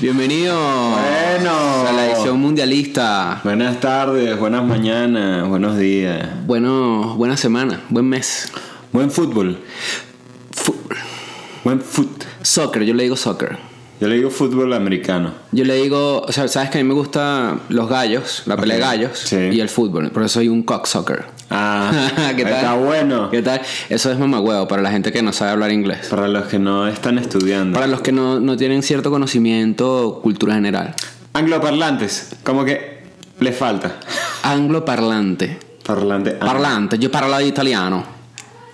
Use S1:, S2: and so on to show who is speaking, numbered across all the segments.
S1: Bienvenido
S2: Bueno.
S1: a la edición mundialista.
S2: Buenas tardes, buenas mañanas, buenos días.
S1: Bueno, buena semana, buen mes.
S2: Buen fútbol.
S1: Fu-
S2: Buen fut.
S1: soccer, yo le digo soccer.
S2: Yo le digo fútbol americano.
S1: Yo le digo, o sea, sabes que a mí me gustan los gallos, la pelea de
S2: Ok,
S1: gallos
S2: sí.
S1: y el fútbol, por eso soy un cock soccer.
S2: Ah, está bueno.
S1: ¿Qué tal? Eso es mamagüeo para la gente que no sabe hablar inglés.
S2: Para los que no están estudiando.
S1: Para los que no, no tienen cierto conocimiento, cultura general.
S2: Angloparlantes, como que les falta.
S1: Angloparlante.
S2: Parlante. ang-
S1: Parlante, yo parlo italiano.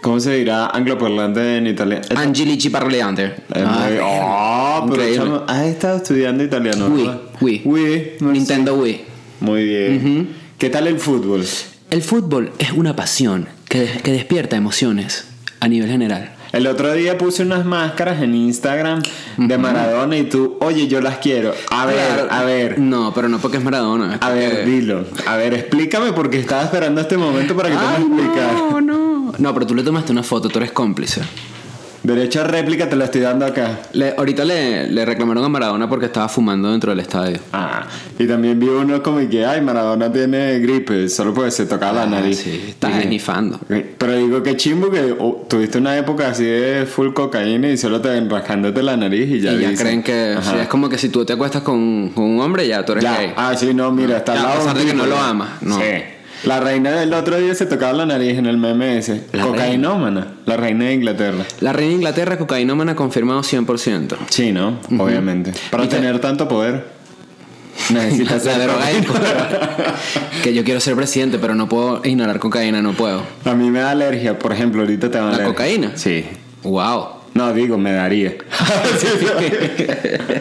S2: ¿Cómo se dirá angloparlante en italiano?
S1: Angelici parlante.
S2: Es
S1: Ah,
S2: muy- Oh, pero
S1: increíble.
S2: chamo, has estado estudiando italiano.
S1: Oui,
S2: ¿verdad?
S1: oui.
S2: Oui, no sé.
S1: Nintendo Wii.
S2: Muy bien. ¿Qué tal el fútbol?
S1: El fútbol es una pasión que, que despierta emociones a nivel general.
S2: El otro día puse unas máscaras en Instagram de Maradona y tú, oye, yo las quiero. A ver,
S1: Claro,
S2: a ver,
S1: No, pero no porque es Maradona. es
S2: a ver,
S1: porque-
S2: dilo. A ver, explícame porque estaba esperando este momento para que
S1: Ay,
S2: tú me explicaras.
S1: no, no. No, pero tú le tomaste una foto, tú eres cómplice.
S2: Derecho a réplica te la estoy dando acá.
S1: Le- ahorita le, le reclamaron a Maradona porque estaba fumando dentro del estadio.
S2: Ah, y también vi uno como que, ay, Maradona tiene gripe, solo porque se toca
S1: Ah,
S2: la nariz.
S1: Sí, está
S2: Dije,
S1: nifando.
S2: Pero digo que chimbo que oh, tuviste una época así de full cocaína y solo te ven rascándote la nariz y ya
S1: y ya
S2: dicen,
S1: creen que.
S2: ajá.
S1: sí, es como que si tú te acuestas con, con un hombre, ya tú eres
S2: Ya.
S1: gay.
S2: Ah, sí, no, mira, está
S1: Ya,
S2: al
S1: a
S2: lado.
S1: pesar
S2: un
S1: de que
S2: tipo,
S1: no lo
S2: ya.
S1: ama, no.
S2: Sí. La reina del otro día se tocaba la nariz en el meme ese.
S1: La
S2: Cocainómana. La reina de Inglaterra.
S1: La reina de Inglaterra, cocainómana, confirmado 100%.
S2: Sí, ¿no? Obviamente. Para
S1: Viste-
S2: tener tanto poder. Necesitas
S1: La
S2: ser
S1: droga es-
S2: cocaína.
S1: que yo quiero ser presidente, pero no puedo inhalar cocaína, no puedo.
S2: A mí me da alergia, por ejemplo, ahorita te va a
S1: ¿La
S2: alergia.
S1: cocaína?
S2: Sí.
S1: ¡Wow!
S2: No, digo, me daría. Sí, sí.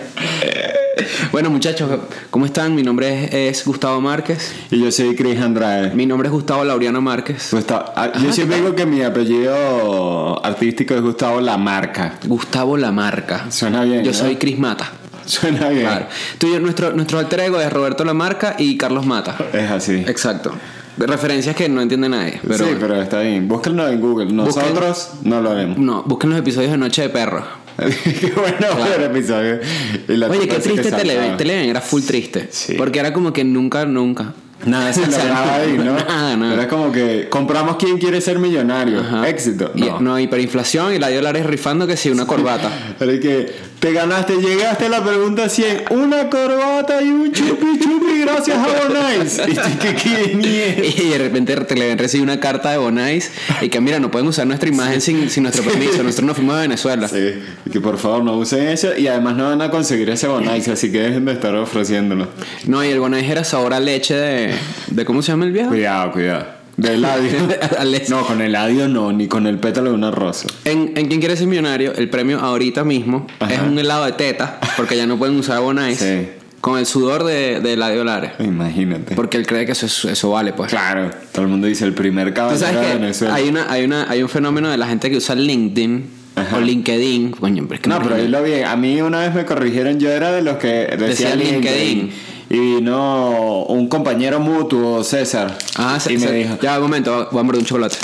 S1: Bueno, muchachos, ¿cómo están? Mi nombre es, es Gustavo Márquez.
S2: y yo soy Chris Andrade.
S1: Mi nombre es Gustavo Laureano Márquez.
S2: Gustavo- ah, yo siempre digo que mi apellido artístico es Gustavo La Marca.
S1: Gustavo Lamarca.
S2: Suena bien.
S1: Yo
S2: ¿no?
S1: soy Cris Mata.
S2: Suena bien.
S1: Claro. Tú y yo, nuestro, nuestro alter ego es Roberto Lamarca y Carlos Mata.
S2: Es así.
S1: Exacto. Referencias que no entiende nadie. Pero
S2: sí, pero está bien. Búsquenlo en Google. Nosotros no lo haremos.
S1: no, busquen los episodios de Noche de Perro.
S2: Qué bueno el episodio. Y la
S1: Oye,
S2: tipa
S1: qué
S2: esa que
S1: triste Televen.
S2: saltaba.
S1: Televen era full triste.
S2: Sí.
S1: Porque era como que nunca, nunca.
S2: Nada se
S1: O sea,
S2: lograba ahí, ¿no?
S1: Nada, nada.
S2: Era como que compramos quién quiere ser millonario.
S1: Ajá.
S2: Éxito.
S1: Y-
S2: No.
S1: no, hiperinflación y la dólares rifando que sí, una corbata.
S2: Pero es que te ganaste, llegaste a la pregunta 100, una corbata y un chupi chupi gracias a Bonais. Y tú, ¿qué, qué, ni es?
S1: Y de repente Televen recibe una carta de Bonais y que mira, no pueden usar nuestra imagen sin, sin nuestro permiso. Nosotros nos fuimos a Venezuela.
S2: Sí, y que por favor no usen eso y además no van a conseguir ese Bonais, así que dejen de estar ofreciéndolo.
S1: No, y el Bonais era sabor a leche de. de ¿Cómo se llama el viejo?
S2: Cuidado, cuidado. Del labio.
S1: A leche.
S2: No, con el ladio no, ni con el pétalo de una rosa.
S1: En, en Quién quiere ser millonario, el premio ahorita mismo
S2: Ajá.
S1: es un helado de teta, porque ya no pueden usar Bonais
S2: Sí.
S1: con el sudor de, de Eladio Lares.
S2: Imagínate.
S1: Porque él cree que eso, es- eso vale, pues.
S2: Claro, todo el mundo dice el primer
S1: Tú
S2: caballero de
S1: sabes que
S2: Venezuela.
S1: hay, una, hay, una, hay un fenómeno de la gente que usa LinkedIn
S2: Ajá.
S1: o LinkedIn. Coño, pero es que
S2: No, pero ahí lo vi. A mí una vez me corrigieron, yo era de los que decía,
S1: Decía
S2: LinkedIn.
S1: LinkedIn.
S2: Y vino un compañero mutuo, César.
S1: Ah, se,
S2: y me
S1: se-
S2: dijo,
S1: Ya, un momento, voy a morder un chocolate.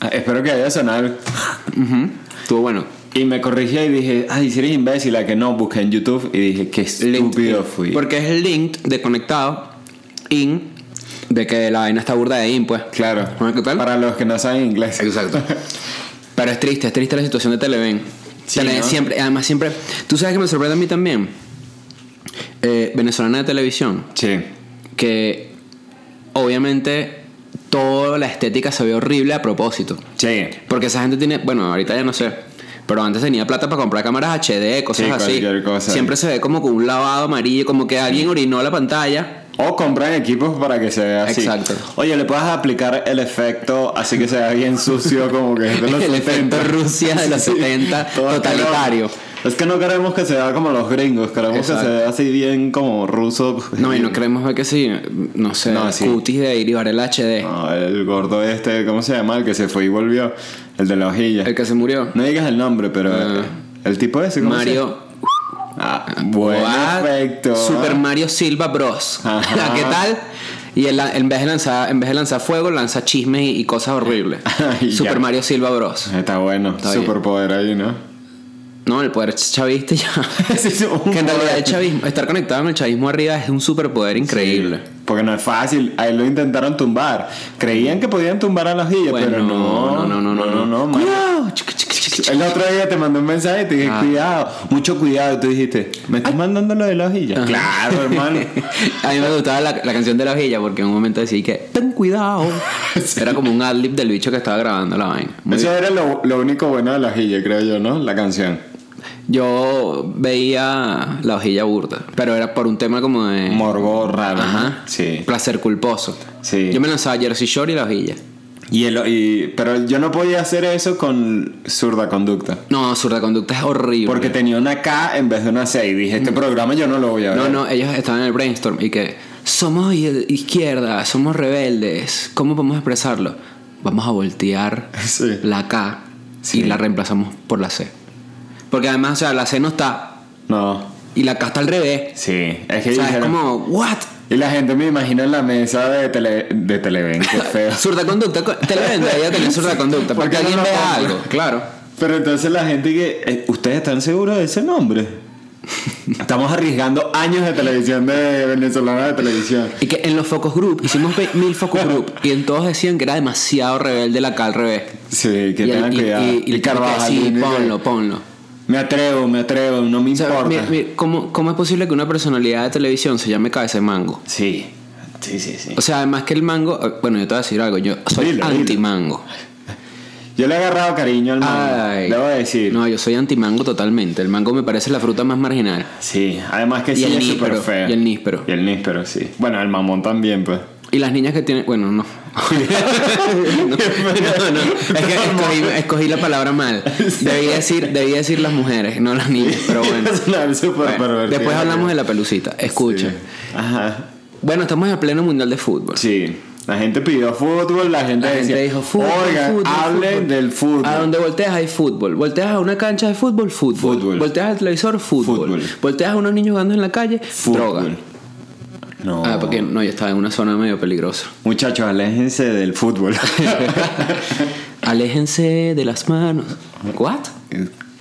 S2: "Ah, espero que haya sonado.
S1: Ujú, Estuvo bueno.
S2: Y me corrigió y dije, ay, si eres imbécil, la que no, busqué en YouTube y dije, qué estúpido fui.
S1: Porque es el link de conectado, in, de que la vaina está burda de in, pues.
S2: Claro,
S1: Bueno, ¿qué tal?
S2: para los que no saben inglés.
S1: Exacto. Pero es triste, es triste la situación de Televen.
S2: Sí,
S1: Televen
S2: ¿no?
S1: siempre, además siempre. Tú sabes que me sorprende a mí también. Eh, venezolana de televisión.
S2: Sí.
S1: Que obviamente toda la estética se ve horrible a propósito.
S2: Sí.
S1: Porque esa gente tiene, bueno, ahorita ya no sé, pero antes tenía plata para comprar cámaras HD, cosas
S2: Sí,
S1: así.
S2: cualquier cosa.
S1: Siempre se ve como con un lavado amarillo, como que alguien orinó la pantalla.
S2: O compran equipos para que se vea así.
S1: Exacto.
S2: Oye, le puedes aplicar el efecto así que se vea bien sucio, como que es de los
S1: El efecto
S2: 70.
S1: Rusia de los 70,
S2: Todo
S1: totalitario.
S2: asqueroso. Es que no queremos que se vea como los gringos, queremos
S1: Exacto.
S2: que se vea así bien como ruso.
S1: No, y no queremos ver que sí, no sé,
S2: No, sí.
S1: cutis de Iribar el HD,
S2: No, el gordo este, ¿cómo se llama? El que se fue y volvió, el de la hojilla.
S1: el que se murió.
S2: No digas el nombre, pero
S1: Ah.
S2: eh, el tipo ese, ¿cómo se llama?
S1: Mario.
S2: Ah, buen
S1: What?
S2: efecto. ¿ah?
S1: Super Mario Silva Bros.
S2: Ajá.
S1: ¿Qué tal? Y él, en, vez de lanzar, en vez de lanzar fuego, lanza chismes y, y cosas horribles.
S2: Ay, ya.
S1: Super Mario Silva Bros.
S2: Está bueno,
S1: Está bien.
S2: super poder ahí, ¿no?
S1: No, el poder chavista ya.
S2: Ese es un
S1: que en realidad el
S2: poder.
S1: chavismo, estar conectado con el chavismo arriba es un superpoder increíble.
S2: Porque no es fácil, ahí lo intentaron tumbar. Creían que podían tumbar a las guillas,
S1: Bueno,
S2: pero no.
S1: Pues no, no, no, no, no.
S2: man.
S1: ¡Cuidado! Ah. Chica, chica, chica, chica.
S2: El otro día te mandé un mensaje y te dije, cuidado, mucho cuidado. Y tú dijiste, ¿me estás mandando lo de las guillas? Claro, hermano.
S1: A mí me gustaba la, la canción de la villa porque en un momento decía que ten cuidado. Era como un adlib del bicho que estaba grabando la vaina. Muy
S2: Eso era lo, lo único bueno de las guillas, creo yo, ¿no? La canción.
S1: Yo veía la hojilla burda, pero era por un tema como de
S2: Morbo raro.
S1: Eh. Ajá.
S2: Sí.
S1: placer culposo.
S2: Sí.
S1: Yo me lanzaba Jersey Shore y la hojilla.
S2: Y el, y, pero yo no podía hacer eso con zurda conducta.
S1: No, zurda conducta es horrible.
S2: Porque tenía una K en vez de una C. Y dije, este programa yo no lo voy a ver.
S1: Mm. no, no, ellos estaban en el brainstorm y que somos i- izquierda, somos rebeldes. ¿Cómo podemos expresarlo? Vamos a voltear
S2: Sí.
S1: la K
S2: Sí.
S1: y la reemplazamos por la C. Porque además, o sea, la C no está
S2: No.
S1: y la K está al revés.
S2: Sí. Es que
S1: O sea, es
S2: dijeron-
S1: como, ¿what?
S2: Y la gente me imagina en la mesa de, tele, de Televen, qué feo.
S1: Zurda conducta, co- te la vende, ella tenía zurda conducta.
S2: ¿Por
S1: Porque
S2: qué no
S1: alguien
S2: lo
S1: vea
S2: compra?
S1: algo, claro.
S2: Pero entonces la gente que... eh, ¿Ustedes están seguros de ese nombre? Estamos arriesgando años de televisión de venezolana de televisión.
S1: Y que en los focus group, hicimos ve- mil focus group y en todos decían que era demasiado rebelde la K al revés.
S2: Sí, que
S1: y, el-
S2: tengan
S1: y-
S2: cuidado.
S1: y- y
S2: Y,
S1: el tipo que
S2: Carvajal.
S1: sí,
S2: dice,
S1: ponlo, ponlo.
S2: Me atrevo, me atrevo, no me
S1: O sea,
S2: importa.
S1: mira, mira, ¿cómo, cómo es posible que una personalidad de televisión se llame cabeza de mango?
S2: Sí, sí, sí, sí.
S1: O sea, además que el mango, eh, bueno, yo te voy a decir algo, yo soy
S2: Dilo, dilo.
S1: anti-mango.
S2: Yo le he agarrado cariño al mango,
S1: Ay.
S2: debo decir.
S1: No, yo soy anti-mango totalmente. El mango me parece la fruta más marginal.
S2: Sí, además que
S1: Y
S2: sí
S1: el
S2: es
S1: níspero,
S2: súper feo.
S1: y el níspero.
S2: Y el níspero, sí. Bueno, el mamón también, pues.
S1: Y las niñas que tienen. Bueno, no. no, no, no. Es que escogí, escogí la palabra mal. Debí decir, debí decir las mujeres, no las niñas, pero bueno.
S2: Es una súper
S1: Bueno,
S2: pervertida.
S1: después hablamos de la pelucita. Escucha.
S2: Sí. Ajá.
S1: Bueno, estamos en pleno mundial de fútbol.
S2: Sí. La gente pidió fútbol, la gente,
S1: La gente
S2: decía,
S1: dijo fútbol.
S2: Oigan,
S1: fútbol,
S2: hablen
S1: fútbol".
S2: del fútbol.
S1: A donde volteas hay fútbol. Volteas a una cancha de fútbol, fútbol.
S2: Fútbol.
S1: Volteas al televisor, fútbol.
S2: Fútbol.
S1: Volteas a unos niños jugando en la calle,
S2: Fútbol.
S1: droga.
S2: No.
S1: Ah, porque no, yo estaba en una zona medio peligrosa.
S2: Muchachos, aléjense del fútbol.
S1: Aléjense de las manos. ¿What?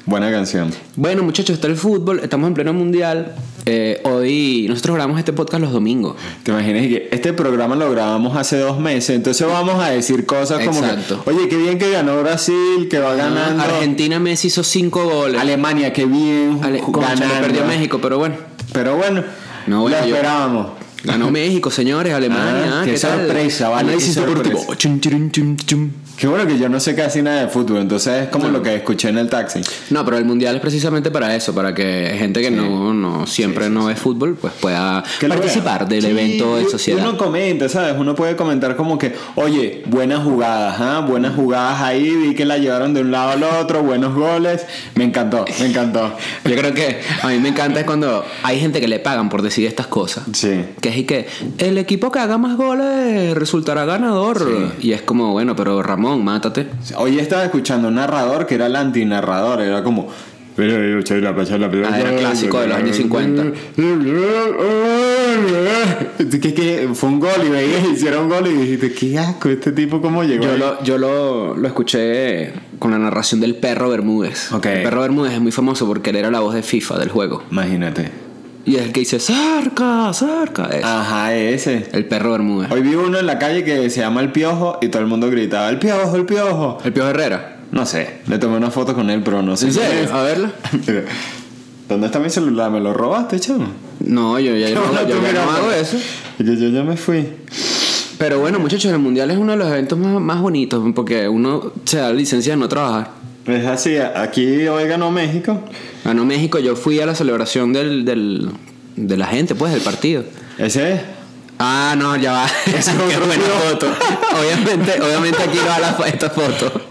S2: Buena canción.
S1: Bueno, muchachos, está el fútbol, estamos en pleno mundial. Eh, hoy nosotros grabamos este podcast los domingos.
S2: Te imaginas que este programa lo grabamos hace dos meses, entonces vamos a decir cosas como que,
S1: Exacto. Ah,
S2: oye, qué bien que ganó Brasil, que va ganando.
S1: Argentina Messi hizo cinco goles.
S2: Alemania, qué bien.
S1: Ale- Concha,
S2: uh, ganando.
S1: lo perdió México, pero bueno.
S2: Pero bueno,
S1: No, bueno,
S2: lo
S1: yo-
S2: esperábamos.
S1: Ganó México, señores, Alemania.
S2: Ah,
S1: ¿qué
S2: qué
S1: tal?
S2: sorpresa, vale,
S1: Análisis
S2: qué sorpresa.
S1: deportivo. Chum, chirum, chum, chum.
S2: Qué bueno que yo no sé casi nada de fútbol, entonces es como lo que escuché en el taxi.
S1: No, pero el mundial es precisamente para eso, para que gente que no, no siempre no ve fútbol, pues pueda
S2: Que lo
S1: participar
S2: vean.
S1: del
S2: Sí,
S1: evento de
S2: y- y
S1: sociedad.
S2: Uno comenta, ¿sabes? Uno puede comentar como que, oye, buenas jugadas, ¿ah? Buenas jugadas ahí, vi que la llevaron de un lado al otro, buenos goles. Me encantó, me encantó.
S1: Yo creo que a mí me encanta es cuando hay gente que le pagan por decir estas cosas.
S2: Sí.
S1: Que es y que el equipo que haga más goles resultará ganador. Y es como, bueno, pero Ramón, mátate.
S2: Hoy estaba escuchando un narrador que era el antinarrador, era como...
S1: Ah, era clásico de los años 50.
S2: Que, que fue un gol y veías, hicieron gol y dijiste, qué asco, este tipo cómo llegó.
S1: Yo
S2: ahí?"
S1: lo, yo lo, lo escuché con la narración del perro Bermúdez.
S2: Ok.
S1: El perro Bermúdez es muy famoso porque él era la voz de FIFA del juego.
S2: Imagínate.
S1: Y es el que dice, cerca, cerca. Es
S2: Ajá, ese.
S1: El perro Bermúdez.
S2: Hoy vi uno en la calle que se llama El Piojo y todo el mundo gritaba, El Piojo, El Piojo.
S1: El Piojo Herrera.
S2: No sé, le tomé una foto con él, pero no sé.
S1: ¿En
S2: quién
S1: serio?
S2: es.
S1: A verla.
S2: Mira, ¿Dónde está mi celular? ¿Me lo robaste, chamo?
S1: No, yo ya, no, yo ya no hago eso.
S2: Yo, yo ya me fui.
S1: Pero bueno, muchachos, el mundial es uno de los eventos más, más bonitos porque uno se da licencia de no trabajar.
S2: Es Pues así, aquí hoy ganó México.
S1: Ganó México, yo fui a la celebración del, del, de la gente, pues, del partido.
S2: Ese es.
S1: Ah, no, ya va.
S2: Es
S1: Qué
S2: otro
S1: buena
S2: piojo.
S1: foto. Obviamente, obviamente aquí no va la, fo- esta foto.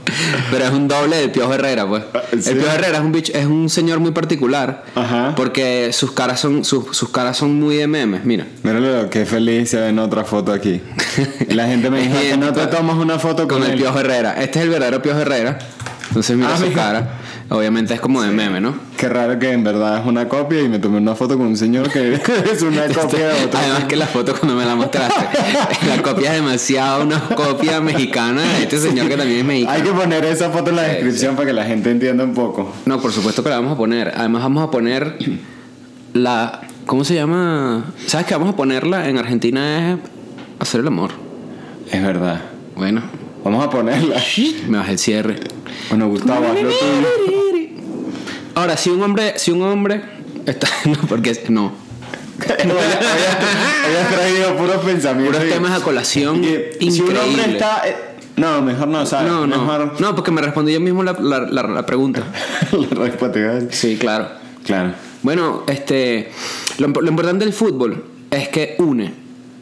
S1: Pero es un doble del Piojo Herrera, pues.
S2: Ah, ¿en
S1: El
S2: serio?
S1: Piojo Herrera es un bicho- es un señor muy particular.
S2: Ajá.
S1: Porque sus caras son, sus, sus caras son muy de memes, mira.
S2: Míralo, qué feliz se ve en otra foto aquí. La gente me dijo que no te tomas una foto
S1: Con el
S2: Piojo.
S1: Piojo Herrera. Este es el verdadero Piojo Herrera. Entonces mira
S2: Ah,
S1: su
S2: mira.
S1: cara. Obviamente es como de meme, ¿no?
S2: Qué raro que en verdad es una copia y me tomé una foto con un señor que es una copia de otro.
S1: Este, Además que la foto cuando me la mostraste, la copia es demasiado una copia mexicana de este señor que también es
S2: Hay
S1: mexicano.
S2: que poner esa foto en la descripción para que la gente entienda un poco.
S1: No, por supuesto que la vamos a poner. Además vamos a poner la... ¿Cómo se llama? ¿Sabes que vamos a ponerla en Argentina es hacer el amor?
S2: Es verdad.
S1: Bueno,
S2: Vamos a ponerla.
S1: me bajé el cierre.
S2: Bueno, Gustavo, hazlo tú.
S1: Ahora, si un hombre, si un hombre está, no, porque no,
S2: Hoy has- hoy has traído puros pensamientos.
S1: puros
S2: y-
S1: temas a colación
S2: y-
S1: increíble.
S2: Si un hombre está. eh, No, mejor no, ¿sabes?
S1: no, no,
S2: Mejor
S1: no, porque me respondí yo mismo la, la, la- la pregunta.
S2: la respuesta.
S1: Sí, claro.
S2: Claro.
S1: Bueno, este, lo, imp- lo importante del fútbol es que une,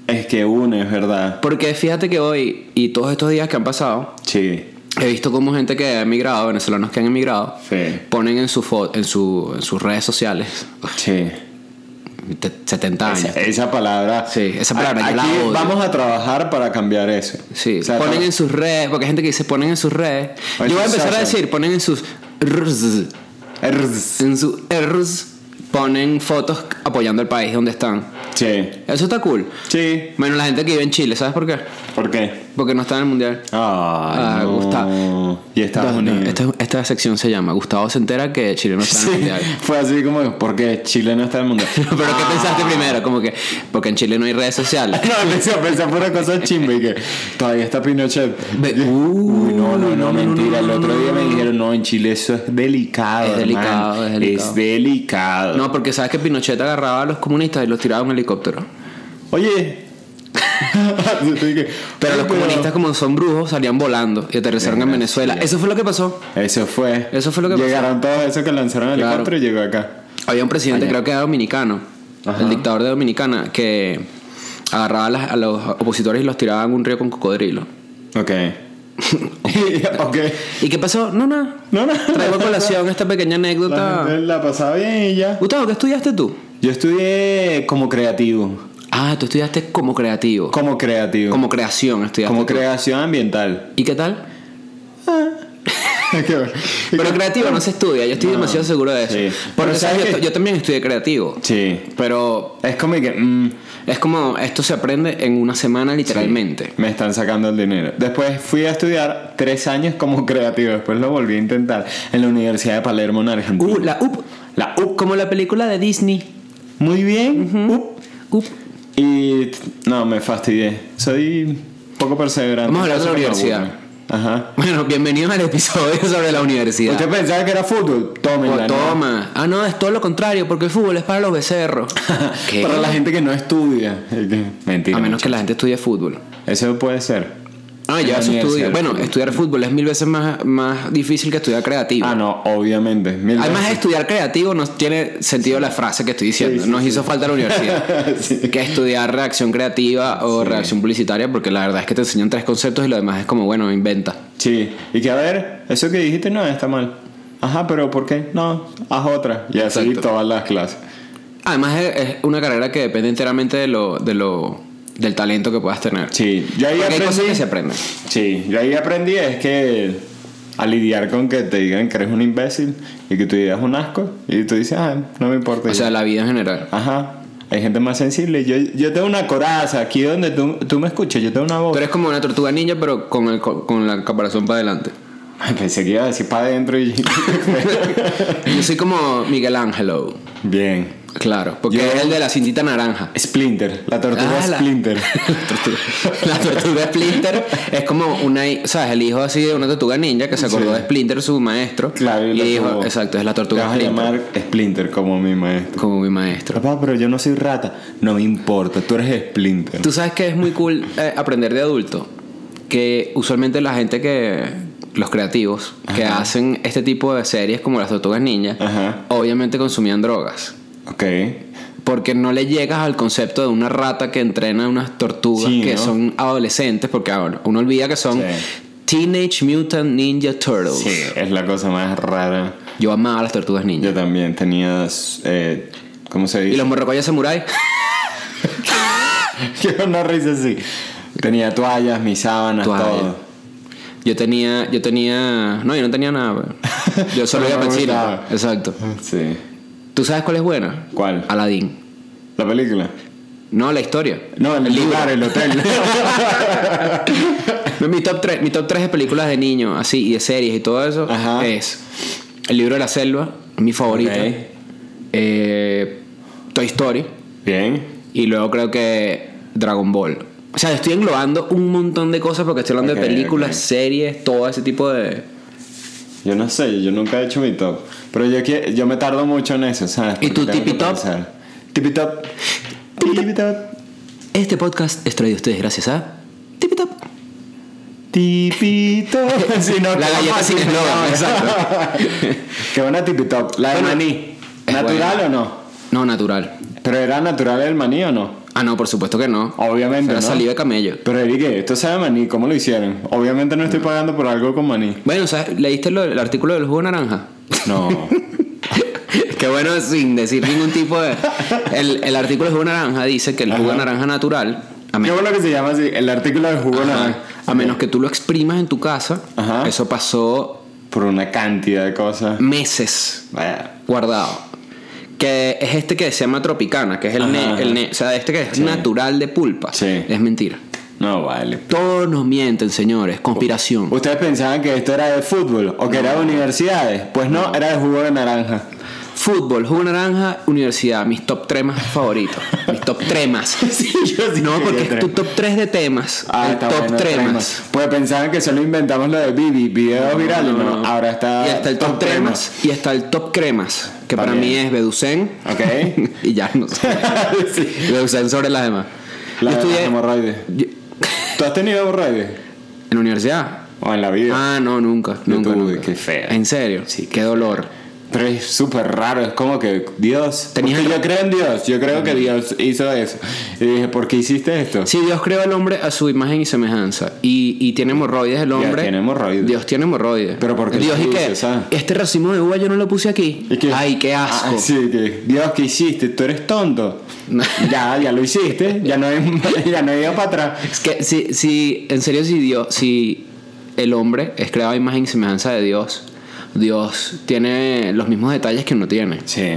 S2: Es que une, es verdad.
S1: porque fíjate que hoy y todos estos días que han pasado
S2: Sí.
S1: he visto como gente que ha emigrado, venezolanos que han emigrado,
S2: Sí.
S1: ponen en su fo- en su, en sus redes sociales
S2: Sí.
S1: te- 70 años.
S2: Esa, esa palabra.
S1: Ah, Sí, esa palabra
S2: A-
S1: yo la
S2: aquí
S1: odio.
S2: vamos a trabajar para cambiar eso.
S1: Sí,
S2: O sea,
S1: ponen
S2: tra-
S1: en sus redes, porque hay gente que dice ponen en sus redes.
S2: O en
S1: Yo voy a
S2: sus
S1: empezar a
S2: socials.
S1: decir, ponen en sus rs,
S2: Erz.
S1: en sus rs, ponen fotos apoyando el país donde están.
S2: Sí.
S1: Eso está cool.
S2: Sí.
S1: Menos la gente que vive en Chile, ¿sabes por qué?
S2: ¿Por qué?
S1: Porque no está en el mundial.
S2: Ay,
S1: Ah,
S2: no.
S1: Gustavo.
S2: Y Estados
S1: No, no,
S2: Unidos.
S1: Esta, esta sección se llama Gustavo se entera que Chile no está en
S2: Sí,
S1: el mundial.
S2: Fue así como, ¿por qué Chile no está en el mundo?
S1: Pero ¿qué pensaste primero? Como que, porque en Chile no hay redes sociales.
S2: No, pensé, pensé pura cosa chimba y que todavía está Pinochet.
S1: Ve-
S2: uh. Uy, no, no,
S1: no,
S2: no,
S1: no,
S2: mentira. El
S1: no,
S2: otro
S1: no,
S2: día
S1: no,
S2: me
S1: no.
S2: dijeron, no, en Chile eso es delicado.
S1: Es delicado,
S2: hermano.
S1: es delicado.
S2: Es delicado.
S1: No, porque sabes que Pinochet agarraba a los comunistas y los tiraba en un helicóptero.
S2: Oye.
S1: Pero los comunistas, como son brujos, salían volando y aterrizaron en Venezuela. Eso fue lo que pasó.
S2: Eso fue.
S1: Eso fue lo que pasó.
S2: Llegaron todos esos que lanzaron el
S1: Claro.
S2: helicóptero y llegó acá.
S1: Había un presidente, creo que era dominicano,
S2: Ajá.
S1: el dictador de Dominicana, que agarraba a, las- a los opositores y los tiraba en un río con cocodrilo.
S2: Ok. ok.
S1: ¿Y qué pasó? No, no.
S2: No, no.
S1: Traigo a colación esta pequeña
S2: La
S1: anécdota.
S2: gente la pasaba bien y ya.
S1: Gustavo, ¿qué estudiaste tú?
S2: Yo estudié como creativo.
S1: Ah, tú estudiaste como creativo.
S2: Como creativo.
S1: Como creación estudiaste.
S2: Como
S1: tú.
S2: creación ambiental.
S1: ¿Y qué tal?
S2: Pero
S1: Pero creativo no se estudia, yo estoy
S2: No.
S1: demasiado seguro de eso.
S2: Sí.
S1: Porque
S2: Pero ¿sabes
S1: ¿sabes? Yo,
S2: qué?
S1: yo también estudié creativo.
S2: Sí.
S1: Pero
S2: Es como que mm,
S1: es como, esto se aprende en una semana literalmente.
S2: me están sacando el dinero. Después fui a estudiar tres años como creativo. Después lo volví a intentar en la Universidad de Palermo, en Argentina.
S1: Uh, la UP.
S2: La UP.
S1: Como la película de Disney.
S2: Muy bien. UP.
S1: UP.
S2: Y t- no, me fastidié. Soy poco perseverante.
S1: Vamos a hablar de la
S2: Eso me
S1: universidad.
S2: aburre. Ajá.
S1: Bueno, bienvenidos al episodio sobre la universidad.
S2: ¿Usted pensaba que era fútbol?
S1: Oh,
S2: Tómenla. ¿no?
S1: toma. Ah, no, es todo lo contrario, porque el fútbol es para los becerros. ¿Qué?
S2: Para la gente que no estudia. Mentira.
S1: A menos que la gente estudie fútbol.
S2: Eso puede ser.
S1: Ah,
S2: En
S1: ya
S2: la
S1: eso estudio.
S2: universidad.
S1: Bueno, estudiar fútbol es mil veces más, más difícil que estudiar creativo.
S2: Ah, no, obviamente. Mil
S1: Además,
S2: veces.
S1: estudiar creativo no tiene sentido la frase que estoy diciendo.
S2: Sí, sí,
S1: Nos hizo falta la universidad.
S2: Sí.
S1: que estudiar reacción creativa o reacción publicitaria, porque la verdad es que te enseñan tres conceptos y lo demás es como, bueno, inventa.
S2: Sí, y que a ver, eso que dijiste no está mal. Ajá, pero ¿por qué? No, haz otra. Y así
S1: Exacto.
S2: todas las clases.
S1: Además es, es una carrera que depende enteramente de lo, de lo, del talento que puedas tener.
S2: Sí, yo ahí
S1: Porque hay cosas
S2: aprendí.
S1: que se aprenden.
S2: Sí, yo ahí aprendí es que a lidiar con que te digan que eres un imbécil y que tu idea es un asco y tú dices, ah, no me importa.
S1: O sea, la vida en general.
S2: Ajá, hay gente más sensible. Yo, yo tengo una coraza aquí donde tú, tú me escuchas, yo tengo una
S1: Tú
S2: voz.
S1: eres como una tortuga ninja, pero con, el, co- con la caparazón para adelante.
S2: Pensé que iba a decir para adentro y.
S1: Yo soy como Miguel Ángelo.
S2: Bien.
S1: Claro, porque
S2: Yo-
S1: es el de la cintita naranja.
S2: Splinter, la tortuga
S1: Ah, la-
S2: Splinter.
S1: La tortuga, la tortuga Splinter es como una, hi- ¿sabes? El hijo así de una tortuga ninja que se acordó
S2: Sí.
S1: de Splinter, su maestro.
S2: Claro,
S1: y
S2: la
S1: dijo,
S2: tuvo.
S1: exacto, es la
S2: Te
S1: tortuga
S2: vas a
S1: Splinter.
S2: llamar Splinter como mi maestro.
S1: Como mi maestro.
S2: Papá, pero yo no soy rata. No me importa, tú eres Splinter.
S1: Tú sabes que es muy cool eh, aprender de adulto. Que usualmente la gente que. Los creativos que hacen este tipo de series como las tortugas ninjas,
S2: Ajá.
S1: obviamente consumían drogas.
S2: Ok.
S1: Porque no le llegas al concepto de una rata que entrena a unas tortugas
S2: Sí,
S1: que
S2: ¿no?
S1: son adolescentes, porque ahora uno olvida que son
S2: Sí.
S1: Teenage Mutant Ninja Turtles.
S2: Sí, es la cosa más rara.
S1: Yo amaba las tortugas ninja.
S2: Yo también tenía. eh, ¿Cómo se
S1: Y
S2: dice?
S1: los morrocoyos samurai.
S2: Yo no risa así. Tenía toallas, mis sábanas,
S1: Toallas.
S2: todo.
S1: Yo tenía, yo tenía, no, yo no tenía nada. pues. Yo solo iba a
S2: No me
S1: Pacino.
S2: gustaba.
S1: Exacto.
S2: Sí.
S1: ¿Tú sabes cuál es buena?
S2: ¿Cuál?
S1: Aladdin.
S2: ¿La película?
S1: No, la historia.
S2: No, el, lugar, el hotel.
S1: Mi top 3, mi top tres de películas de niños, así, y de series y todo eso,
S2: Ajá.
S1: es El libro de la selva, mi favorita.
S2: Ok.
S1: Eh, Toy Story.
S2: Bien.
S1: Y luego creo que Dragon Ball. O sea, estoy englobando un montón de cosas porque estoy hablando
S2: Ok,
S1: de películas,
S2: ok.
S1: series, todo ese tipo de.
S2: Yo no sé, yo nunca he hecho mi top. Pero yo, que- yo me tardo mucho en eso, ¿sabes?
S1: ¿Y tu
S2: Porque tengo que
S1: tipi top?
S2: pensar. Tipi top. Tipi top.
S1: Este podcast es traído a ustedes gracias a. Tipi Top.
S2: Tipi top. Si no,
S1: La
S2: te
S1: galleta
S2: mamas,
S1: sin
S2: si no,
S1: eslogan,
S2: no.
S1: exacto.
S2: Qué buena tipi top. La del
S1: Bueno,
S2: maní.
S1: es
S2: ¿Natural
S1: buena.
S2: o no?
S1: No, natural.
S2: Pero era natural el maní o no?
S1: Ah, no, por supuesto que no.
S2: Obviamente.
S1: Era
S2: ¿no?
S1: saliva de camello.
S2: Pero Eric, esto sabe maní, ¿cómo lo hicieron? Obviamente no estoy pagando por algo con maní.
S1: Bueno, ¿sabes? ¿leíste lo- el artículo del jugo de naranja?
S2: No.
S1: Qué bueno sin decir ningún tipo de. El, el artículo de jugo de naranja dice que el jugo de
S2: Ajá.
S1: naranja natural, a,
S2: Qué
S1: menos
S2: bueno que se llama así, el artículo de jugo naranja.
S1: a menos que tú lo exprimas en tu casa,
S2: Ajá.
S1: eso pasó
S2: Por una cantidad de cosas.
S1: meses
S2: Vaya.
S1: guardado. Que es este que se llama Tropicana, que es el,
S2: Ajá,
S1: ne-
S2: ajá.
S1: el ne- o sea, este que es natural de pulpa.
S2: Sí.
S1: Es mentira.
S2: No vale.
S1: Todos nos mienten, señores. Conspiración.
S2: ¿Ustedes pensaban que esto era de fútbol o que era de universidades? Pues no, era de jugo de naranja.
S1: Fútbol, jugo de naranja, universidad, mis top 3 más favoritos. Mis top 3 más.
S2: yo sí
S1: no,
S2: quería
S1: porque es
S2: tres.
S1: tu top 3 de temas. el top
S2: bueno,
S1: 3
S2: tres
S1: más.
S2: Pues pensaban que solo inventamos lo de Bibi, videos virales. No, ahora está.
S1: Y hasta el top 3
S2: tres
S1: más. Y hasta el top cremas. Que
S2: Está
S1: para mí
S2: bien.
S1: es Beducen.
S2: Ok.
S1: y ya, no sé.
S2: sí.
S1: Beducen sobre las demás. yo
S2: La de las
S1: estudié.
S2: hemorroides.
S1: yo-
S2: ¿Tú has tenido hemorroides?
S1: ¿En la universidad?
S2: O en la vida.
S1: Ah, no, nunca.
S2: Yo
S1: nunca,
S2: tuve,
S1: nunca.
S2: qué fea.
S1: ¿En serio? Sí. Qué dolor.
S2: Ah, Pero es súper raro, es como que Dios.
S1: Tenías
S2: porque
S1: el-
S2: yo creo en Dios, yo creo que Dios hizo eso. Y dije, ¿por qué hiciste esto?
S1: Si Dios creó al hombre a su imagen y semejanza y, y tiene hemorroides el hombre.
S2: tiene hemorroides.
S1: Dios tiene hemorroides.
S2: Pero ¿por qué
S1: Dios
S2: lo
S1: y
S2: dice,
S1: que
S2: sabes?
S1: este racimo de uva yo no lo puse aquí.
S2: Y que-
S1: Ay, qué asco.
S2: Ah, sí, que, Dios, ¿qué hiciste? Tú eres tonto. ya, ya lo hiciste, ya no hay, ya no hay ido para atrás.
S1: Es que si, si en serio si Dios, si el hombre es creado a imagen y semejanza de Dios, Dios tiene los mismos detalles que uno tiene.
S2: Sí.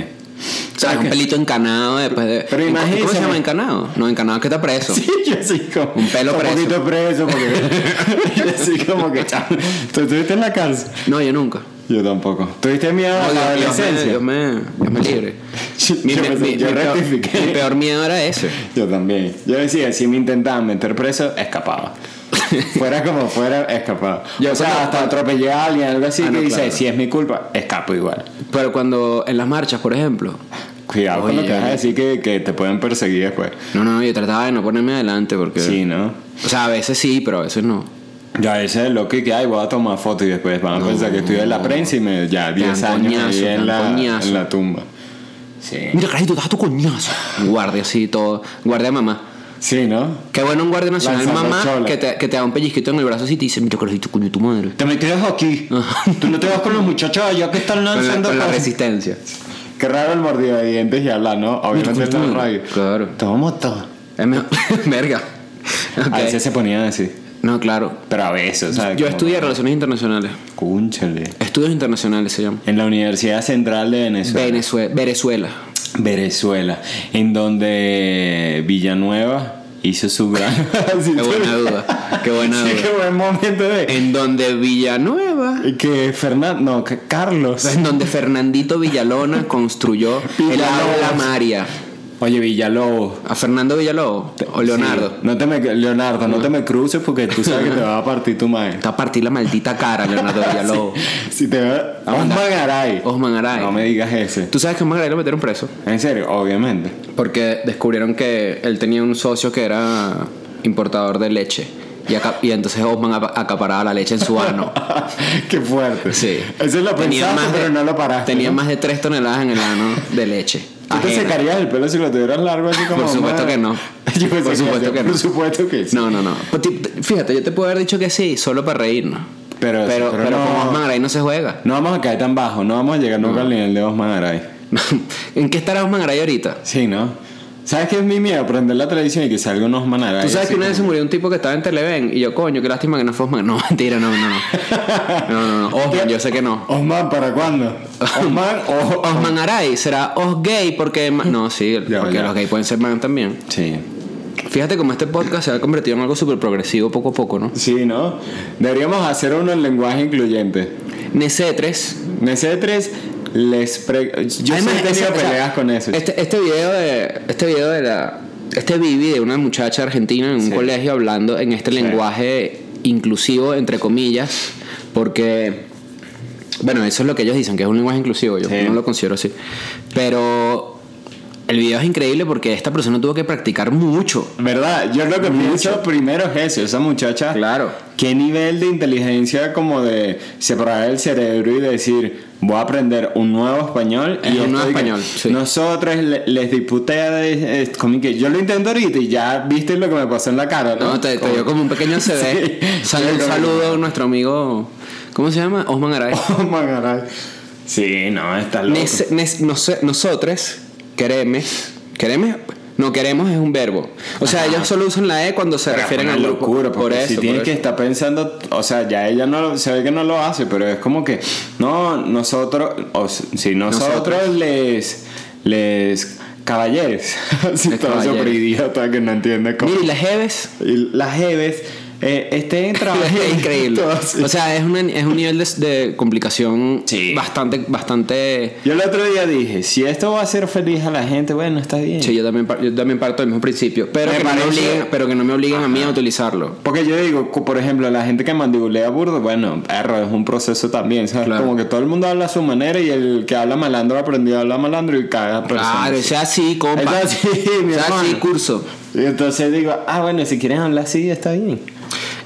S1: O sea, un pelito encanado después de.
S2: Pero
S1: ¿Cómo- ¿Cómo
S2: imagínese-
S1: se llama encanado? No, encanado es que está preso.
S2: Sí, yo sí como.
S1: Un pelo preso.
S2: Un poquito preso, porque. yo sí como que. chao. ¿Tú estuviste en la cárcel?
S1: No, yo nunca.
S2: Yo tampoco. ¿Tuviste miedo a
S1: No,
S2: Ah, la
S1: Dios- Dios me-
S2: adolescencia?
S1: Dios me, Dios me libre.
S2: Yo-
S1: Mi-
S2: yo
S1: mi-
S2: me-
S1: mi-
S2: yo
S1: mi peor-
S2: rectifiqué.
S1: mi peor miedo era ese.
S2: Yo también. Yo decía, si me intentaban meter preso, escapaba. fuera como fuera, escapaba.
S1: Yo
S2: o sea,
S1: cuando-
S2: hasta atropellé a alguien, algo así,
S1: Ah,
S2: que
S1: no,
S2: dice,
S1: claro.
S2: si es mi culpa, escapo igual.
S1: Pero cuando en las marchas, por ejemplo.
S2: Cuidado con lo
S1: Oye.
S2: que vas a decir que, que te pueden perseguir después.
S1: No, no, yo trataba de no ponerme adelante porque.
S2: Sí, ¿no?
S1: O sea, a veces sí, pero a veces no.
S2: Yo a veces lo que hay, voy a tomar fotos y después van a pensar que estoy en la prensa y me ya 10
S1: dan
S2: años ahí
S1: coñazo,
S2: en
S1: dan
S2: la,
S1: coñazo.
S2: en la tumba. Sí.
S1: Mira, carajito, estás tu coñazo. Guardia, sí, todo. Guardia mamá.
S2: Sí, ¿no?
S1: Qué bueno un guardia nacional
S2: Lanzando chola.
S1: mamá que te, que te da un pellizquito en el brazo así y te dice, mira, carajito, coño, tu madre.
S2: Te me quedas aquí. Tú no te vas con los muchachos allá que están
S1: Con la,
S2: lanzando
S1: con la
S2: cosas.
S1: resistencia.
S2: Qué raro el mordido de dientes y hablar, ¿no? Obviamente
S1: Mira,
S2: está en
S1: coño,
S2: la radio.
S1: claro.
S2: Tomamos todo.
S1: Es mejor. Verga. Ok.
S2: A veces se ponían así.
S1: No, claro.
S2: Pero a veces, ¿sabes?
S1: Yo
S2: Como-
S1: estudié relaciones internacionales.
S2: Cúnchale.
S1: Estudios internacionales se llaman.
S2: En la Universidad Central de Venezuela.
S1: Venezuela. Venezuela.
S2: Venezuela. En donde Villanueva hizo su gran.
S1: Qué buena duda. Qué buena
S2: Sí, qué
S1: duda.
S2: buen momento de.
S1: En donde Villanueva.
S2: Que Fernando. No, que Carlos.
S1: En donde Fernandito Villalona construyó el
S2: Villalobos.
S1: aula María.
S2: Oye, Villalobos.
S1: A Fernando Villalobos o Leonardo.
S2: Sí. No te me, Leonardo, no. te me cruces porque tú sabes que te va a partir tu madre.
S1: Te va a partir la maldita cara, Leonardo Villalobos.
S2: Si te va. Osman Aray.
S1: Osman Aray.
S2: No me digas ese.
S1: Tú sabes que a Osman Aray lo metieron preso.
S2: En serio, obviamente.
S1: Porque descubrieron que él tenía un socio que era importador de leche. Y, aca- y entonces Osman apa- acaparaba la leche en su ano.
S2: Qué fuerte.
S1: Sí.
S2: Eso lo
S1: Tenía
S2: pensaste,
S1: más de-
S2: pero no lo paraste.
S1: Tenía
S2: ¿no?
S1: más de 3 toneladas en el ano de leche.
S2: ¿Tú te
S1: Ajena.
S2: secarías el pelo si lo tuvieras largo así como
S1: Por supuesto
S2: Omar?
S1: que no.
S2: Yo pensé
S1: Por supuesto
S2: sí,
S1: que
S2: Por
S1: no.
S2: supuesto que sí.
S1: No, no, no. Pues, ti- Fíjate, yo te puedo haber dicho que sí, solo para reírnos.
S2: Pero,
S1: Pero,
S2: pero
S1: pero,
S2: no.
S1: con Osman Aray no se juega.
S2: No vamos a caer tan bajo, no vamos a llegar nunca al nivel de Osman Aray.
S1: ¿En qué estará Osman Aray ahorita?
S2: Sí, ¿no? ¿Sabes qué es mi miedo? Aprender la tradición y que salga unos managales.
S1: Tú sabes
S2: así
S1: que una vez se
S2: como-
S1: murió un tipo que estaba en Televen y yo, coño, qué lástima que no fue Osman. No, mentira, no, no, no. No, no, no. Osman, yo sé que no.
S2: Osman, ¿para cuándo? Osman o...
S1: Osman Aray será os gay porque. ma- No, sí,
S2: Ya,
S1: porque
S2: ya.
S1: los gays pueden ser man también.
S2: Sí.
S1: Fíjate cómo este podcast se ha convertido en algo súper progresivo poco a poco, ¿no?
S2: Sí, ¿no? Deberíamos hacer uno en lenguaje incluyente.
S1: Nesetres.
S2: NC3 les pre... Yo
S1: Además,
S2: sí
S1: esa-
S2: he tenido
S1: o sea,
S2: peleas con eso.
S1: Este, este video de. Este video de la. Este vivi de una muchacha argentina en un
S2: Sí.
S1: colegio hablando en este
S2: Sí.
S1: lenguaje inclusivo, entre comillas, porque. Bueno, eso es lo que ellos dicen, que es un lenguaje inclusivo. Yo
S2: Sí.
S1: no lo considero así. Pero. El video es increíble porque esta persona tuvo que practicar mucho.
S2: ¿Verdad? Yo lo que pienso primero es eso. Esa muchacha...
S1: Claro.
S2: ¿Qué nivel de inteligencia como de separar el cerebro y decir... Voy a aprender un nuevo español.
S1: Es
S2: y
S1: un nuevo
S2: esto de que
S1: español, sí.
S2: Nosotros le- les disputé a... es como que yo lo intento ahorita y ya viste lo que me pasó en la cara, ¿no?
S1: No, te, te dio como un pequeño CD.
S2: Sí.
S1: Sal- un
S2: Sí, como-
S1: saludo a nuestro amigo. ¿Cómo se llama? Osman Aray.
S2: Oh, my God. Sí, no, está loco.
S1: Nes- nes- nos- nosotros queremos. ¿Queremos? No, queremos es un verbo. O sea, ellos solo usan la E cuando se
S2: Pero es
S1: refieren
S2: una
S1: al grupo.
S2: locura, porque
S1: por eso.
S2: si tienes
S1: por
S2: que
S1: eso.
S2: estar pensando, o sea, ya ella no lo- se ve que no lo hace, pero es como que no nosotros, o s- si nosotros,
S1: Nosotros.
S2: les les caballeres, si
S1: Les
S2: todo
S1: caballeros.
S2: sobre idiota que no entiende cómo
S1: Mira, y las Jeves.
S2: y las jeves eh, estén trabajando
S1: Es increíble.
S2: todas.
S1: O sea, es, una- es un nivel de, de complicación
S2: Sí.
S1: bastante, bastante.
S2: yo el otro día dije, si esto va a hacer feliz a la gente, bueno, está bien.
S1: Sí, yo también, par- yo también parto del mismo principio. Pero,
S2: Me
S1: que no, me
S2: parece-
S1: obliguen, pero que no me obliguen a mí a utilizarlo.
S2: Porque yo digo, cu- por ejemplo, la gente que mandibulea burdo, bueno, perro, es un proceso también, ¿sabes?
S1: Claro.
S2: Como que todo el mundo habla a su manera y el que habla malandro aprendió a hablar malandro y cada persona.
S1: Claro, sea así, compa.
S2: Es así, mi
S1: sea así,
S2: hermano.
S1: curso.
S2: Y entonces digo, ah, bueno, si quieres hablar así, está bien.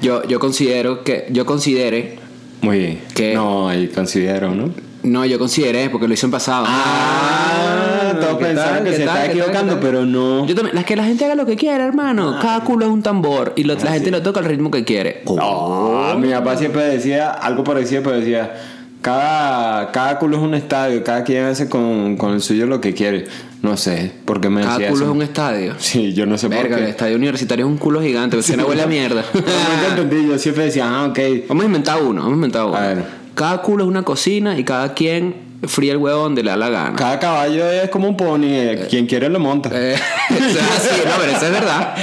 S1: Yo, yo considero que. Yo consideré.
S2: Muy bien.
S1: ¿Qué?
S2: No, ahí considero, ¿no?
S1: No, yo consideré porque lo hizo en pasado.
S2: Ah, todos
S1: ¿qué
S2: pensaron
S1: tal?
S2: que
S1: ¿Qué
S2: se
S1: tal?
S2: estaba
S1: ¿Qué tal? ¿Qué
S2: equivocando,
S1: tal?
S2: pero no. Ah,
S1: Yo también, las que la gente haga lo que quiera, hermano. Cada culo es un tambor y lo- la gente lo toca al ritmo que quiere.
S2: No, mi papá siempre decía algo parecido, pero decía, cada, cada culo es un estadio, cada quien hace con, con el suyo lo que quiere. No sé, porque me
S1: Cada
S2: decía
S1: culo es
S2: eso.
S1: un estadio.
S2: Sí, yo no sé
S1: Verga,
S2: por
S1: el
S2: qué.
S1: estadio universitario es un culo gigante, porque se me huele a mierda.
S2: No, nunca entendí, yo siempre decía, ah, ok.
S1: vamos a inventar uno, vamos a inventar uno.
S2: A ver.
S1: Cada culo es una cocina y cada quien fría el huevo donde le da la gana.
S2: Cada caballo es como un pony, eh, quien quiere lo monta.
S1: Eh, eso es así, no, pero eso es verdad.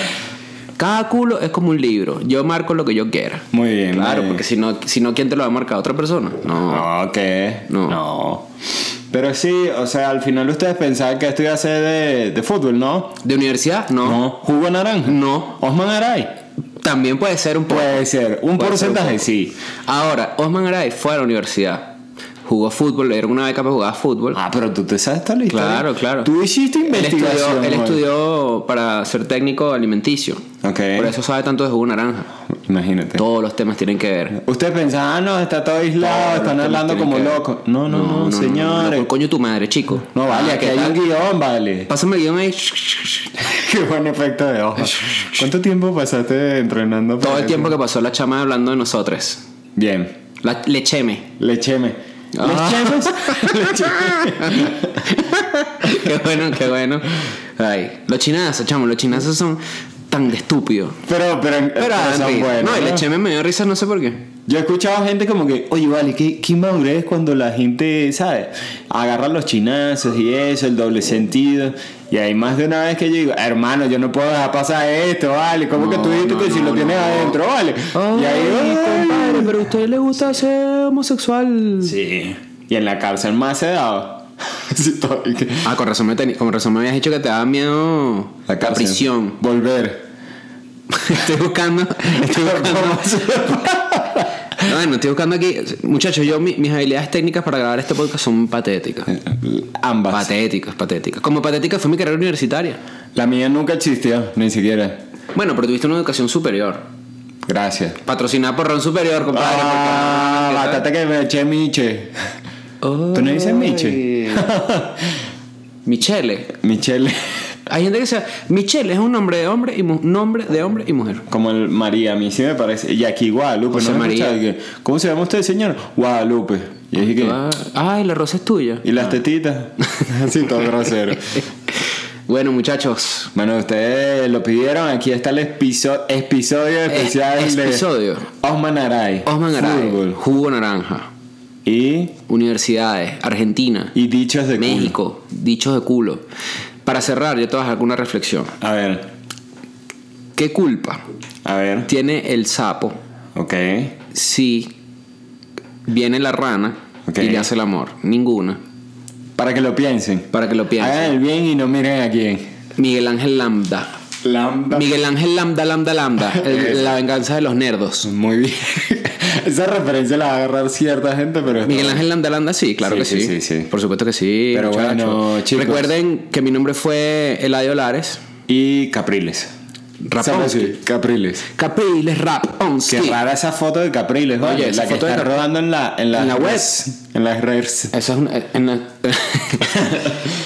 S1: Cada culo es como un libro. Yo marco lo que yo quiera.
S2: Muy bien.
S1: Claro,
S2: muy bien.
S1: porque si no, si no, ¿quién te lo va a marcar? ¿Otra persona? No.
S2: No, ¿qué?
S1: No.
S2: Pero sí, o sea, al final ustedes pensaban que esto iba a ser de, de fútbol, ¿no?
S1: ¿De universidad? No. Mm.
S2: No. ¿Jugo naranja?
S1: No.
S2: ¿Osman Aray?
S1: También puede ser un poco.
S2: Puede ser. Un
S1: Puede ser un
S2: porcentaje,
S1: poco.
S2: sí.
S1: Ahora, Osman Aray fue a la universidad. Jugó fútbol, le dieron una beca para jugar fútbol.
S2: Ah, pero tú te sabes toda la historia.
S1: Claro, claro.
S2: Tú hiciste
S1: él estudió,
S2: investigación.
S1: él
S2: güey.
S1: estudió para ser técnico alimenticio.
S2: Ok.
S1: Por eso sabe tanto de jugo naranja.
S2: Imagínate.
S1: Todos los temas tienen que ver.
S2: Ustedes pensaban, ah, no, está todo aislado,
S1: Todos los
S2: están
S1: temas
S2: hablando
S1: tienen
S2: como
S1: que ver.
S2: locos. No, no, no, señores.
S1: no, coño tu madre, chico.
S2: No, vale,
S1: Ah,
S2: aquí
S1: ¿qué
S2: hay
S1: tal?
S2: un guión, vale.
S1: Pásame el guión ahí.
S2: Qué buen efecto de hoja. ¿Cuánto tiempo pasaste entrenando? para
S1: Todo el
S2: eso?
S1: tiempo que pasó la chama hablando de nosotros.
S2: Bien.
S1: La lecheme.
S2: Lecheme.
S1: Ah.
S2: Lechemes. Lecheme.
S1: qué bueno, qué bueno. Ay, los chinazos, chamo, los chinazos son tan de estúpidos.
S2: Pero, pero,
S1: Pero
S2: pero
S1: dan
S2: son
S1: risa.
S2: buenos.
S1: no, el
S2: ¿no?
S1: lecheme me dio risa, no sé por qué.
S2: Yo he escuchado gente como que, oye, vale, qué, qué inmadurez cuando la gente, ¿sabes? Agarra los chinazos y eso, el doble sentido. Y hay más de una vez que yo digo, hermano, yo no puedo dejar pasar esto, vale. ¿Cómo que tú dijiste
S1: no,
S2: que si
S1: no,
S2: lo tienes
S1: no.
S2: adentro, vale? y ahí,
S1: Ay,
S2: "Ay".
S1: compadre, pero a usted le gusta ser homosexual.
S2: Sí. Y en la cárcel más se daba. Sí, todo, y que-
S1: Ah, con razón, me teni- con razón me habías dicho que te daba miedo la,
S2: cárcel.
S1: prisión.
S2: Volver.
S1: estoy buscando. Estoy buscando. bueno, estoy buscando aquí. Muchachos, yo mi- mis habilidades técnicas para grabar este podcast son patéticas.
S2: Ambas.
S1: Patéticas, patéticas. Como patética fue mi carrera universitaria.
S2: La mía nunca existió, ni siquiera.
S1: Bueno, pero tuviste una educación superior.
S2: Gracias.
S1: Patrocinada por Ron Superior, compadre.
S2: Ah,
S1: porque-
S2: bastante que me eché Miche. ¿Tú no dices Miche?
S1: Michele.
S2: Michelle.
S1: Hay gente que dice, Michelle es un nombre de hombre y mu- nombre de hombre y mujer.
S2: Como el María, a mí sí me parece. Y aquí Guadalupe,
S1: José
S2: ¿no? me
S1: María.
S2: escuchaba que, ¿Cómo se llama usted, señor? Guadalupe. Y dije que.
S1: Ah, Ay, la rosa es tuya.
S2: ¿Y las tetitas? Así todo grosero.
S1: Bueno, muchachos.
S2: Bueno, ustedes lo pidieron. Aquí está el episodio, episodio especial
S1: Es-
S2: de
S1: Eh, episodio.
S2: Osman Aray.
S1: Osman Garay,
S2: Fútbol.
S1: Jugo Naranja,
S2: Y,
S1: Universidades, Argentina,
S2: y dichos de culo.
S1: México, Dichos de culo. Para cerrar, yo te voy a dejar con una reflexión.
S2: A ver,
S1: ¿Qué culpa
S2: a ver.
S1: tiene el sapo
S2: Ok.
S1: si viene la rana
S2: Ok.
S1: y le hace el amor? Ninguna.
S2: Para que lo piensen.
S1: Para que lo piensen.
S2: Hagan el bien y no miren a quién.
S1: Miguel Ángel Lambda.
S2: Lambda.
S1: Miguel Ángel Lambda, Lambda, Lambda. El- la venganza de los nerdos.
S2: Muy bien. Esa referencia la va a agarrar cierta gente, pero. está
S1: Miguel Ángel Lambda, Lambda, sí, claro
S2: Sí,
S1: que sí.
S2: sí, sí, sí.
S1: Por supuesto que sí.
S2: Pero
S1: muchacho.
S2: bueno, chicos.
S1: Recuerden que mi nombre fue Eladio Lares.
S2: Y Capriles.
S1: Rapón.
S2: Sapowski, Capriles.
S1: Capriles Rap on
S2: Qué rara esa foto de Capriles, ¿vale?
S1: Oye, esa
S2: la que
S1: foto de
S2: está
S1: Cap-
S2: rodando en la en, las
S1: en la web.
S2: redes, en las redes.
S1: Esa es una. eh, en la,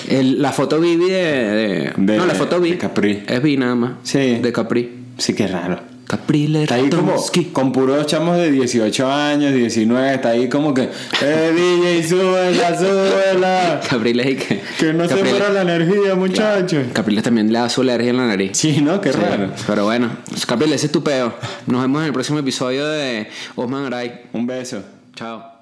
S1: El- la foto vi de, de-
S2: De-
S1: No, la foto vi.
S2: de Capri.
S1: Es vi nada más.
S2: Sí.
S1: De Capri.
S2: Sí, qué raro.
S1: Capriles
S2: Está ahí como
S1: Ratomski.
S2: con puros chamos de 18 años, 19, está ahí como que eh DJ, súbela, súbela.
S1: Capriles y que.
S2: Que no se
S1: Capriles-
S2: muera la energía, muchachos.
S1: Capriles también le da su alergia en la nariz.
S2: Sí, ¿no? Qué
S1: Sí,
S2: raro.
S1: Pero bueno, Capriles, ese es tu peo. Nos vemos en el próximo episodio de Osman Aray.
S2: Un beso.
S1: Chao.